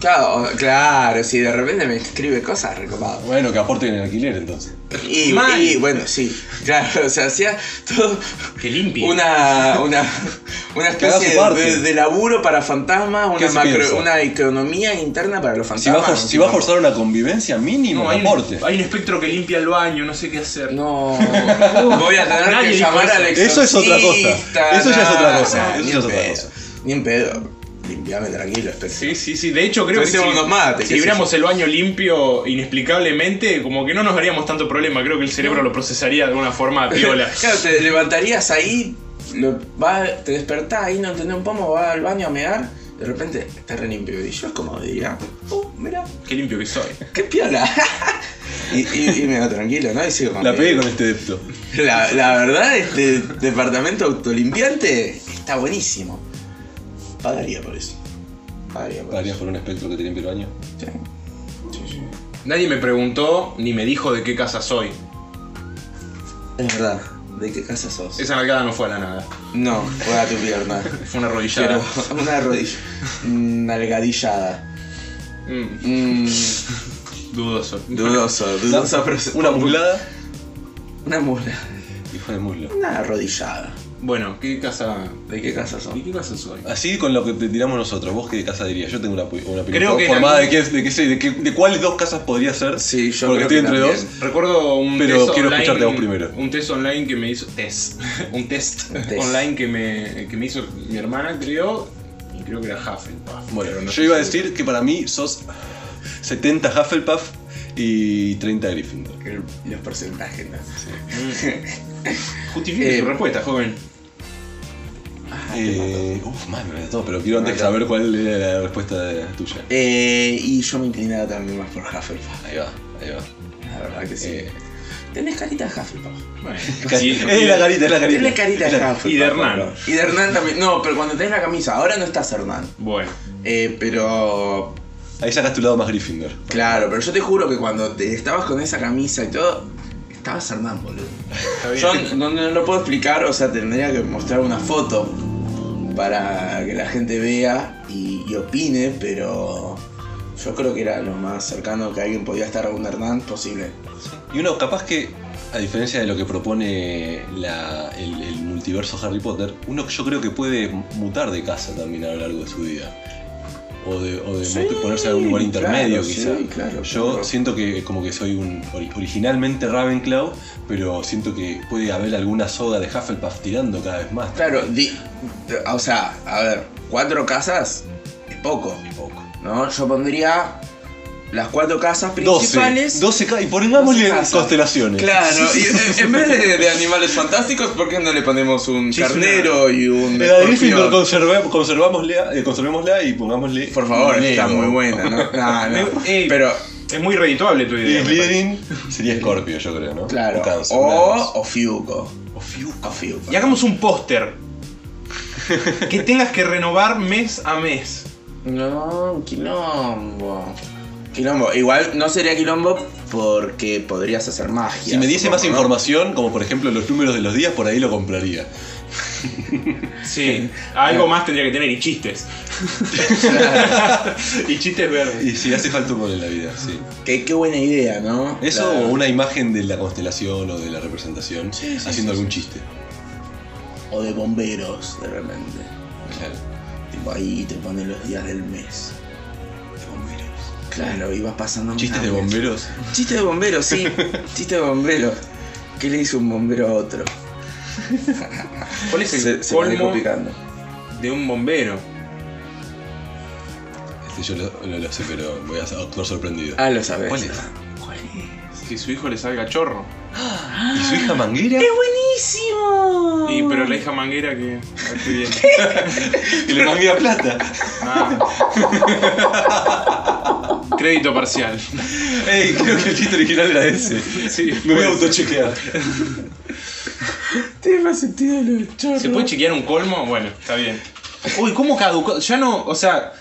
Claro, o- claro, si de repente me escribe cosas, recopado. Bueno, que aporten el alquiler entonces. Y, Mal. y, bueno, sí, claro, o sea, hacía todo Que limpie. una, una, una Que haga su especie parte. de, de laburo para fantasmas, ¿Qué una, se macro, piensa? una economía interna para los Si va, fantasmas. a for- si va a forzar una convivencia, mínimo, hay, aporte. un, hay un espectro que limpia el baño, no sé qué hacer. *laughs* No, voy a tener Nadie que dijo llamar eso. al Eso es otra cosa. exorcista, Eso ya es otra cosa, nah, ni eso ya es en otra pedo, cosa. Ni en pedo. Limpiame tranquilo, especie. Sí, sí, sí. De hecho, creo que si, Pensemos unos mates, qué sé si libramos el baño limpio inexplicablemente, como que no nos haríamos tanto problema. Creo que el cerebro lo procesaría de alguna *laughs* forma piola. Claro, te levantarías ahí, lo- vas- te despertás ahí, no tenés un pomo, vas al baño a mear, de repente está re limpio. Y yo es como diría, oh, mira, Qué limpio que soy. qué piola. *laughs* y, y, y me da tranquilo, ¿no? Y sigo con La mi- pegué con este depto. La, la verdad, este departamento autolimpiante Está buenísimo. Pagaría por eso. Pagaría por ¿Pagarías eso. por un espectro que tiene en peruaño? Sí, sí. Nadie me preguntó ni me dijo de qué casa soy. Es verdad. ¿De qué casa sos? Esa nalgada no fue a la nada. No, fue a tu *laughs* pierna. Fue una rodillada. Pero una *laughs* rodilla. Nalgadillada. Mm, Mm, dudoso. dudoso, dudoso, pero. ¿Una mulada? Una mula. Hijo de muslo. Una rodillada. Bueno, ¿qué casa? ¿De qué casa sos? ¿De qué casa soy? Así con lo que te tiramos nosotros, vos qué de casa dirías. Yo tengo una, pu- una opinión Creo que en formada algún- de, qué, de, qué sé, de, qué- de cuáles dos casas podría ser. Sí, yo Porque creo estoy que entre también. dos. Recuerdo un Pero test quiero online- escucharte a vos primero. Un test online que me hizo. Test. *laughs* un test, Un test. online que me, que me hizo mi hermana, creo. Y creo que era Hufflepuff. Bueno, pero no yo estoy iba a seguro. decir que para mí sos 70 Hufflepuff y 30 Gryffindor. Que Los porcentajes, ¿no? Mm. Justifique Eh, su respuesta, joven. Eh, uf, mal me todo, pero quiero antes Mal. saber cuál era la respuesta de- tuya. Eh, y yo me inclinaba también más por Hufflepuff. Ahí va, ahí va. La verdad que sí. Eh, Tenés carita de Hufflepuff. Bueno, casi- sí, es la carita, es la carita. Tenés carita Es de la- Hufflepuff. y de Hernán. Y de Hernán también. No, pero cuando tenés la camisa. Ahora no estás Hernán. Bueno, Eh, pero. Ahí sacas tu lado más Gryffindor. Claro, pero yo te juro que cuando te estabas con esa camisa y todo. Estabas Hernán, boludo. está bien. Yo no, no lo puedo explicar, o sea, tendría que mostrar una foto para que la gente vea y, y opine, pero yo creo que era lo más cercano que alguien podía estar a un Hernán posible. Y uno, capaz que, a diferencia de lo que propone la- el, el multiverso Harry Potter, uno yo creo que puede mutar de casa también a lo largo de su vida. O de, o de Sí, mut- ponerse en algún lugar intermedio, claro, sí, quizá. claro, yo claro. siento que como que soy un ori- originalmente Ravenclaw, pero siento que puede haber alguna soga de Hufflepuff tirando cada vez más. Claro, di- o sea, a ver, cuatro casas es poco, Poco. ¿no? Yo pondría las cuatro casas 12. principales. 12 ca- y pongámosle 12 casas. constelaciones. Claro, y en- en vez de, de animales fantásticos, ¿por qué no le ponemos un Sí, es una- carnero y un La de escorpión? Gryffindor conserva- conservámosla, eh, conservémosla y pongámosle. Por favor, está Lego. muy buena, ¿no? Ah, No, no. Ey. Pero, Es muy redituable tu Y idea. me parece. Slytherin sería Scorpio, yo creo, ¿no? claro. O Cáncer. una de O, dos. o Fiuco. O Fiuco. Y hagamos un póster. que tengas que renovar mes a mes. No, quilombo. Quilombo. Igual no sería quilombo porque podrías hacer magia. Si me diese supongo, más ¿no? información, como por ejemplo los números de los días, por ahí lo compraría. Sí. *laughs* Ah. Algo más tendría que tener y *laughs* chistes. y chistes verdes. Y si hace falta humor en la vida, sí. Qué, qué buena idea, ¿no? Eso La- o una imagen de la constelación o de la representación Sí, sí, haciendo sí, algún chiste. O de bomberos, de repente. Claro. Tipo ahí te ponen los días del mes. Claro, y vas pasando. Chistes de una- bomberos. Chiste de bombero, sí. Chiste de bombero. ¿Qué le hizo un bombero a otro? ¿Cuál es el Se, se me dejó colmo picando. de un bombero? Este, yo lo, lo- lo sé, pero voy a actuar sorprendido. Ah, lo sabes. ¿Cuál es? Que su hijo le salga chorro. ¿Y su hija manguera? ¡Buenísimo! Y pero la hija manguera que. a ver qué viene. Que le manguea *laughs* plata. Ah. Crédito parcial. Ey, creo que el chiste original era ese. Sí. Me voy a autochequear. Tiene más sentido los chorros. ¿Se puede chequear un colmo? Bueno, está bien. Uy, ¿cómo caducó? Ya no. O sea,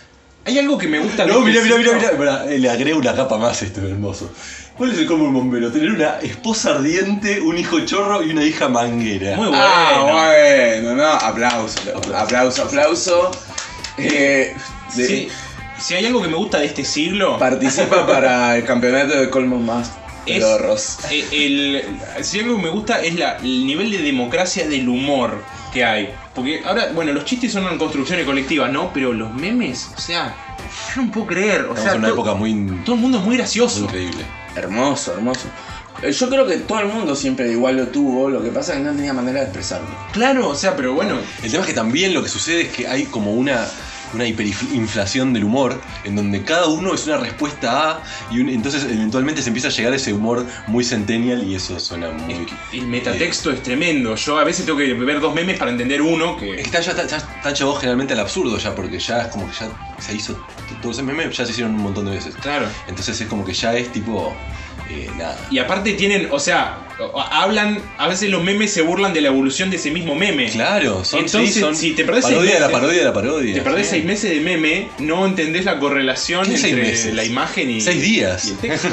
hay algo que me gusta. No, de mirá, este mirá, mirá, signo. mirá. Pará, eh, le agrego una capa más a esto hermoso. ¿Cuál es el común bombero? Tener una esposa ardiente, un hijo chorro y una hija manguera. Muy bueno. Ah, bueno, no. Aplauso, aplauso, aplauso. Eh, de- Sí. Si hay algo que me gusta de este siglo. Participa para el campeonato de colmos más Es- pedorros. Eh, El, si algo que me gusta es la, el nivel de democracia del humor que hay. Porque ahora, bueno, los chistes son construcciones colectivas, ¿no? Pero los memes, o sea, yo no puedo creer. O Estamos sea, en una to- época muy, in- todo el mundo es muy muy gracioso. increíble. Hermoso, hermoso. Eh, Yo creo que todo el mundo siempre igual lo tuvo, lo que pasa es que no tenía manera de expresarlo. Claro, o sea, pero bueno. El tema es que también lo que sucede es que hay como una, una hiperinflación del humor, en donde cada uno es una respuesta a, y un- entonces eventualmente se empieza a llegar ese humor muy centennial y eso suena muy... El metatexto es tremendo. Yo a veces tengo que ver dos memes para entender uno que. Está ya, está, está llevado generalmente al absurdo ya, porque ya es como que ya se hizo, todos esos memes ya se hicieron un montón de veces. Claro. Entonces es como que ya es tipo eh, nada. Y aparte tienen, o sea, hablan, a veces los memes se burlan de la evolución de ese mismo meme. Claro, son, Entonces, sí, son si te perdés parodia seis de la meses- parodia de la parodia. Te perdés sí. seis meses de meme, no entendés la correlación ¿Qué entre seis meses? la imagen y, Seis días. y el *laughs* texto.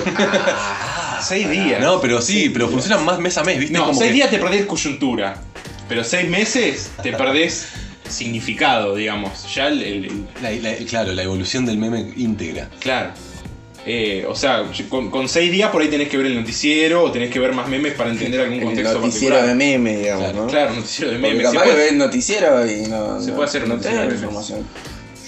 Ah, seis días. No, pero sí, pero funcionan más mes a mes, ¿viste? No, Como seis que- días te perdés coyuntura, pero seis meses te perdés significado, digamos. Ya el- el- el, la- la- claro, la evolución del meme íntegra. Claro. Eh, o sea, con, con seis días por ahí tenés que ver el noticiero o tenés que ver más memes para entender algún El contexto noticiero de particular. meme, digamos, Claro, ¿no? Claro, noticiero de Porque memes. Se capaz que puede- ves noticiero y no. Se no- puede hacer no tenés noticiero de memes. información.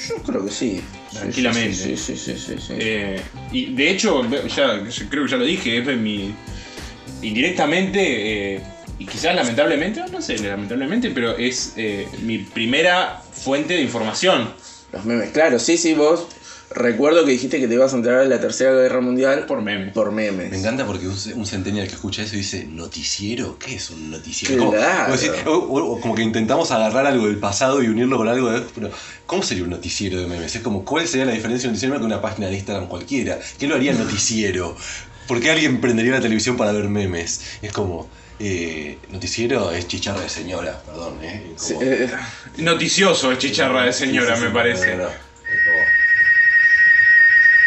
Yo creo que sí. Sí, Tranquilamente. Sí, sí, sí, sí. sí. eh, y de hecho, ya, yo creo que ya lo dije, es de mi. Indirectamente, eh, y quizás lamentablemente, no sé, lamentablemente, pero es eh, mi primera fuente de información. Los memes, claro, sí, sí, vos. Recuerdo que dijiste que te ibas a enterar de la Tercera Guerra Mundial Por memes. Por memes. Me encanta porque un, un centennial que escucha eso dice, ¿noticiero? ¿Qué es un noticiero? Claro. Como, como decir- o- o- o como que intentamos agarrar algo del pasado y unirlo con algo de... Pero, ¿Cómo sería un noticiero de memes? Es como, ¿cuál sería la diferencia de un noticiero de memes con una página de Instagram cualquiera? ¿Qué lo haría noticiero? ¿Por qué alguien prendería la televisión para ver memes? Es como... eh, noticiero es chicharra de señora, perdón. ¿eh? Como- Sí, eh, Noticioso es chicharra de señora, Sí, sí, me sí, parece. no, no, no. Es como-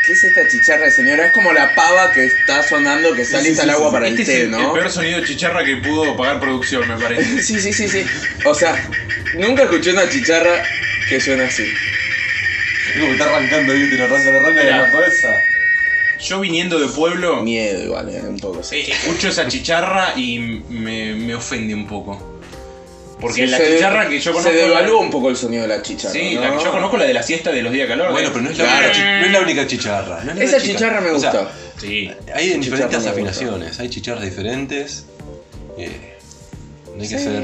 ¿Qué es esta chicharra de señora? Es como la pava que está sonando que salís al agua para este el té, es el, el ¿no? peor sonido de chicharra que pudo pagar producción, me parece. Sí, sí, sí, sí. O sea, nunca escuché una chicharra que suena así. Es como que está arrancando, ¿viste? Lo arranca, lo arranca de Mirá. la cabeza. Yo viniendo de pueblo, Miedo igual, eh, un poco sí. Eh, escucho esa chicharra y me, me ofende un poco. Porque Sí, la se de- chicharra que yo conozco. Se devalúa un poco el sonido de la chicharra. Sí, ¿no? la que yo conozco la de la siesta de los días de calor. Bueno, ¿eh? pero no es la, única, chi- no es la única chicharra. no es la Esa única chicharra me O sea, gusta. Sí. hay en Chicharra diferentes me gusta. afinaciones, hay chicharras diferentes. eh, no hay que Sí. ser.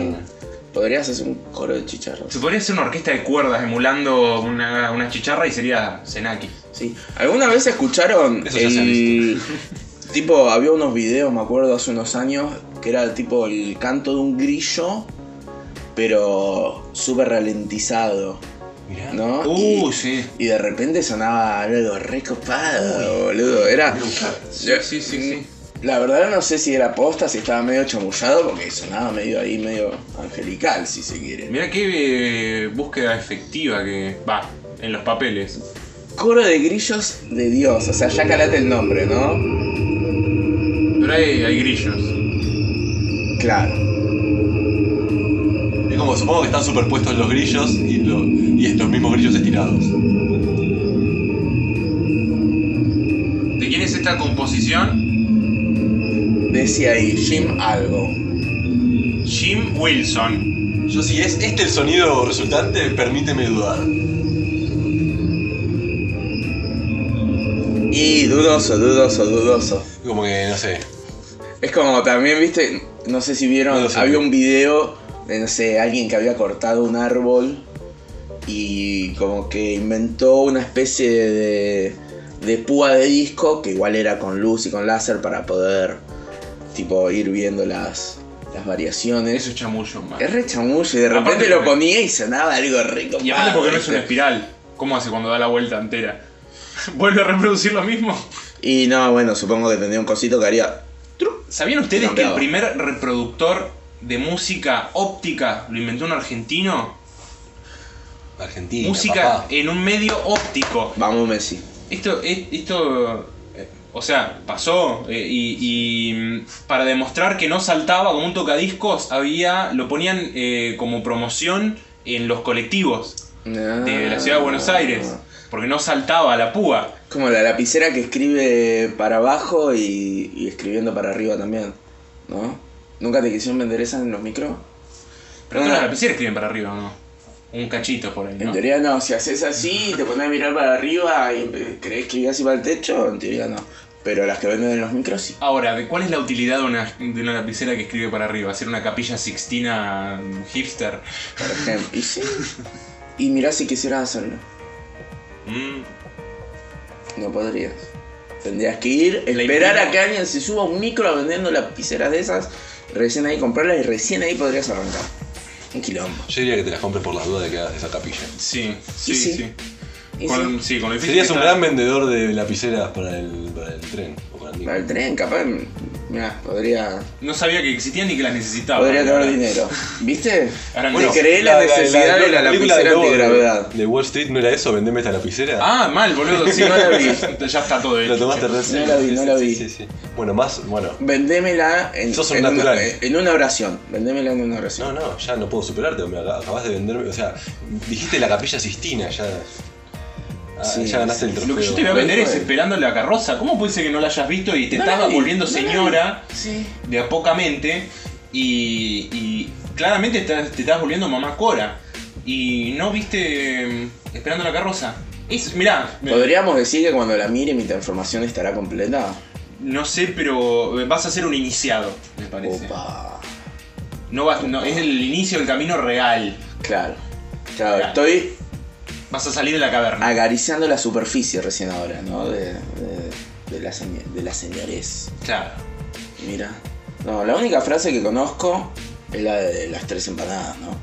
Podrías hacer un coro de chicharras. Se podría hacer una orquesta de cuerdas emulando una, una chicharra y sería Zenaki. Sí. ¿Alguna vez escucharon Eso ya se ha el- *laughs* tipo, había unos videos, me acuerdo, hace unos años, que era tipo el canto de un grillo, pero súper ralentizado, Mirá. ¿no? Uh, y, sí. y de repente sonaba algo recopado, boludo. Era. Sí, sí, sí, sí. La verdad no sé si era posta, si estaba medio chamullado, porque sonaba medio ahí, medio angelical, si se quiere. Mirá qué eh, búsqueda efectiva que va en los papeles. Coro de grillos de Dios, o sea, ya calate el nombre, ¿no? Pero hay, hay grillos. Claro. Es como supongo que están superpuestos los grillos y, lo- y es los mismos grillos estirados. ¿De quién es esta composición? Decía ahí, Jim algo. Jim Wilson. Yo si es este el sonido resultante, permíteme dudar. Y dudoso, dudoso, dudoso. Como que, no sé. Es como también, viste, no sé si vieron, No lo sé. había un video de, no sé, alguien que había cortado un árbol y como que inventó una especie de, de púa de disco, que igual era con luz y con láser para poder, tipo, ir viendo las, las variaciones. Eso es chamullo, man. Es re chamullo y de repente Aparte lo porque- ponía y sonaba algo rico. Y aparte porque no es una espiral. ¿Cómo hace cuando da la vuelta entera? *laughs* ¿Vuelve a reproducir lo mismo? Y no, bueno, supongo que tendría un cosito que haría... tru- ¿Sabían ustedes que el Cambiado. primer reproductor de música óptica lo inventó un argentino? Argentina. música papá. en un medio óptico. Vamos, Messi. Esto, es- esto eh, o sea, pasó eh, y, y, mm, para demostrar que no saltaba como un tocadiscos, había, lo ponían eh, como promoción en los colectivos de la ciudad de Buenos Aires, Ah. porque no saltaba la púa. Como la lapicera que escribe para abajo y, y escribiendo para arriba también, ¿no? ¿Nunca te quisieron vender esa en los micros? Pero No, todas no. las lapiceras escriben para arriba, ¿o ¿no? Un cachito por ahí, En ¿no? teoría no, si haces así, te pones a mirar para arriba y empe- querés escribir así para el techo, en teoría no. Pero las que venden en los micros sí. Ahora, ¿de ¿cuál es la utilidad de una, de una lapicera que escribe para arriba? ¿Hacer una capilla sixtina um, hipster? Por ejemplo. Y sí. Y mirá si quisieras hacerlo. Mm. No podrías. Tendrías que ir, La esperar imprimo. a que alguien se suba a un micro vendiendo lapiceras de esas, recién ahí comprarlas y recién ahí podrías arrancar. Un quilombo. Yo diría que te las compre por la duda de que hagas esa capilla. Sí, sí, sí. sí. Y Con, sí, con lo difícil Serías que un está. gran vendedor de lapiceras para el, para el tren. O para el sí, micro. Para el tren, capaz. Mirá, podría. No sabía que existían ni que las necesitaba. podría Ahora- ganar dinero. ¿Viste? ahora Bueno, no. que- creé la necesidad de la película lapicera Lobo antigravedad. De Wall Street no era eso, vendeme esta lapicera. Ah, mal, boludo. *laughs* Sí, No la vi. ya está todo hecho. Lo tomaste re en serio. No la vi, no la Sí, vi. sí, sí. Bueno, más, bueno. Vendémela en, Sos un en, natural. una, en una oración. Vendémela en una No, oración. no, ya no puedo superarte, me ac- acabas de venderme. O sea, dijiste la capilla Sistina, ya. Ah, Sí, ya ganaste el trofeo. Lo que yo te voy a vender es esperando la carroza. ¿Cómo puede ser que no la hayas visto y te estás volviendo señora Sí. de a pocamente y, y claramente estás- te estás volviendo mamá Cora? Y no viste eh, esperando la carroza. Es, mirá, me- ¿Podríamos decir que cuando la mire mi transformación estará completa? no sé, pero vas a ser un iniciado, me parece. Opa. No vas, no, es el inicio del camino real. Claro. Claro, Claro. estoy Vas a salir de la caverna. agariciando la superficie recién ahora, ¿no? De, de, de la, señe- de la señores. Claro. Mira. No, la única frase que conozco es la de las tres empanadas, ¿no?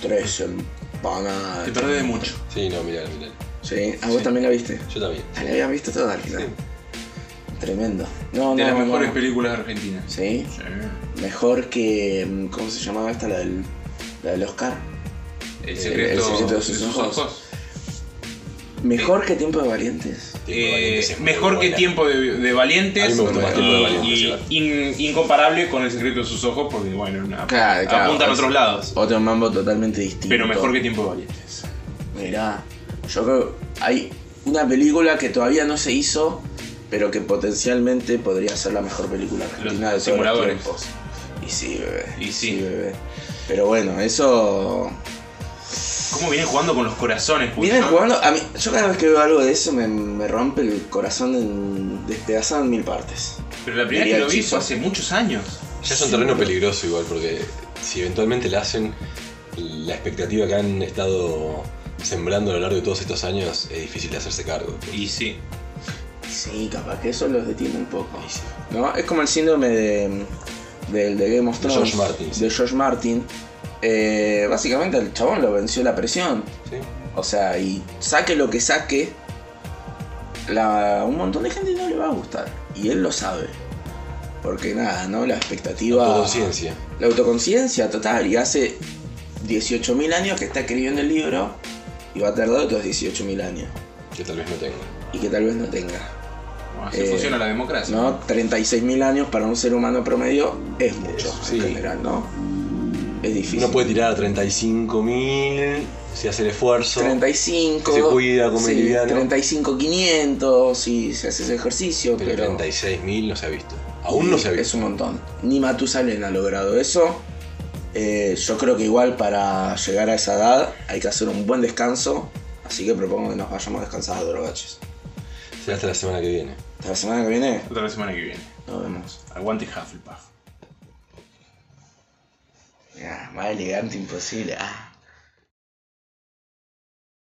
Tres empanadas. Te perdés de mucho. Sí, no, mirá, mirá. Sí, a vos también la viste. Yo también. Ah, la habían visto toda al final. Tremendo. No, De no, las no, mejores no. películas de Argentina. Sí. Mejor que. mm, ¿Cómo se llamaba esta? La del, la del Oscar. El el secreto, secreto de sus ojos. Mejor que Tiempo de Valientes. Tiempo de Valientes Eh, es muy mejor que buena. Tiempo de, de A mí Valientes me gustó más y- Tiempo de Valientes, y, igual. in- incomparable con El secreto de sus ojos porque bueno, una- Claro, claro. apunta a Es- otros lados, Otro mambo totalmente distinto. pero mejor que Tiempo de Valientes. Mirá, yo creo hay una película que todavía no se hizo, pero que potencialmente podría ser la mejor película argentina Los de todos los simuladores. tiempos. Y sí, bebé. Y sí. bebé. Pero bueno, eso. ¿Cómo vienen jugando con los corazones? Pucho? Vienen jugando. A mí, yo cada vez que veo algo de eso me, me rompe el corazón en, despedazado en mil partes. Pero la primera vez Diría que lo vi Chizo. fue hace muchos años. Ya es un terreno peligroso igual, porque si eventualmente la hacen, la expectativa que han estado sembrando a lo largo de todos estos años es difícil de hacerse cargo. Y sí. Sí, capaz que eso los detiene un poco. Y sí. ¿no? Es como el síndrome de, del de Game of De Thrones. George Martin, sí. de George Martin. Eh, básicamente el chabón lo venció la presión. ¿sí? O sea, y saque lo que saque, la, un montón de gente no le va a gustar. Y él lo sabe. Porque nada, ¿no? La expectativa... Con conciencia. La autoconciencia total. Y hace 18.000 años que está escribiendo el libro y va a tardar otros 18.000 años. que tal vez no tenga. Y que tal vez no tenga. Bueno, así Eh, funciona la democracia. ¿no? 36.000 años para un ser humano promedio es mucho Sí. en general, ¿no? Es difícil. Uno puede tirar a 35.000 si hace el esfuerzo. 35, Se cuida, come sí, liviano. 35, 500, si se hace ese ejercicio, pero pero, 36.000 no se ha visto. Aún no se ha es visto. un montón. Ni Matusalén ha logrado eso. Eh, yo creo que igual para llegar a esa edad hay que hacer un buen descanso, así que propongo que nos vayamos descansados, drogaches. Será hasta la semana que viene. Hasta la semana que viene, Otra vez semana que viene. nos vemos. Aguante Hufflepuff. Mirá, más elegante imposible. ah.